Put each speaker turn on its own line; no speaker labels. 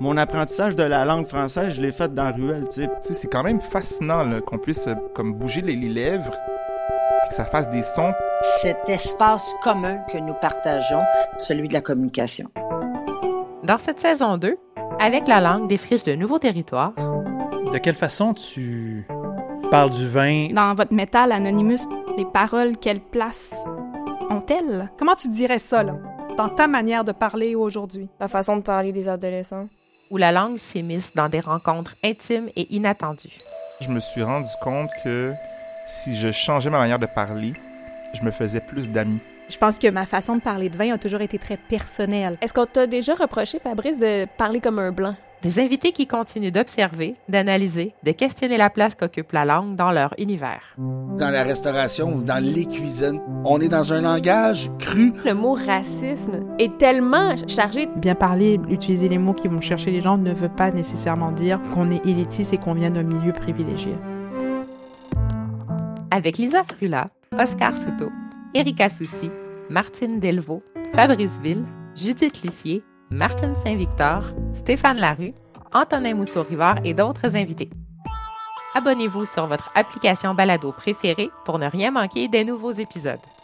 Mon apprentissage de la langue française, je l'ai fait dans la ruelle, tu sais.
Tu sais, c'est quand même fascinant là, qu'on puisse euh, comme bouger les, les lèvres, puis que ça fasse des sons.
Cet espace commun que nous partageons, celui de la communication.
Dans cette saison 2, avec la langue défriche de nouveaux territoires,
De quelle façon tu parles du vin?
Dans votre métal, Anonymous, les paroles, quelle place ont-elles?
Comment tu dirais ça, là, dans ta manière de parler aujourd'hui?
La façon de parler des adolescents.
où la langue s'immisce dans des rencontres intimes et inattendues.
Je me suis rendu compte que si je changeais ma manière de parler, je me faisais plus d'amis.
Je pense que ma façon de parler de vin a toujours été très personnelle.
Est-ce qu'on t'a déjà reproché, Fabrice, de parler comme un blanc?
Des invités qui continuent d'observer, d'analyser, de questionner la place qu'occupe la langue dans leur univers.
Dans la restauration ou dans les cuisines, on est dans un langage cru.
Le mot racisme est tellement chargé.
Bien parler, utiliser les mots qui vont chercher les gens ne veut pas nécessairement dire qu'on est élitiste et qu'on vient d'un milieu privilégié.
Avec Lisa Frula, Oscar Souto, Erika Soucy, Martine Delvaux, Fabrice Ville, Judith Lucier, Martine Saint-Victor, Stéphane Larue, Antonin Mousseau-Rivard et d'autres invités. Abonnez-vous sur votre application balado préférée pour ne rien manquer des nouveaux épisodes.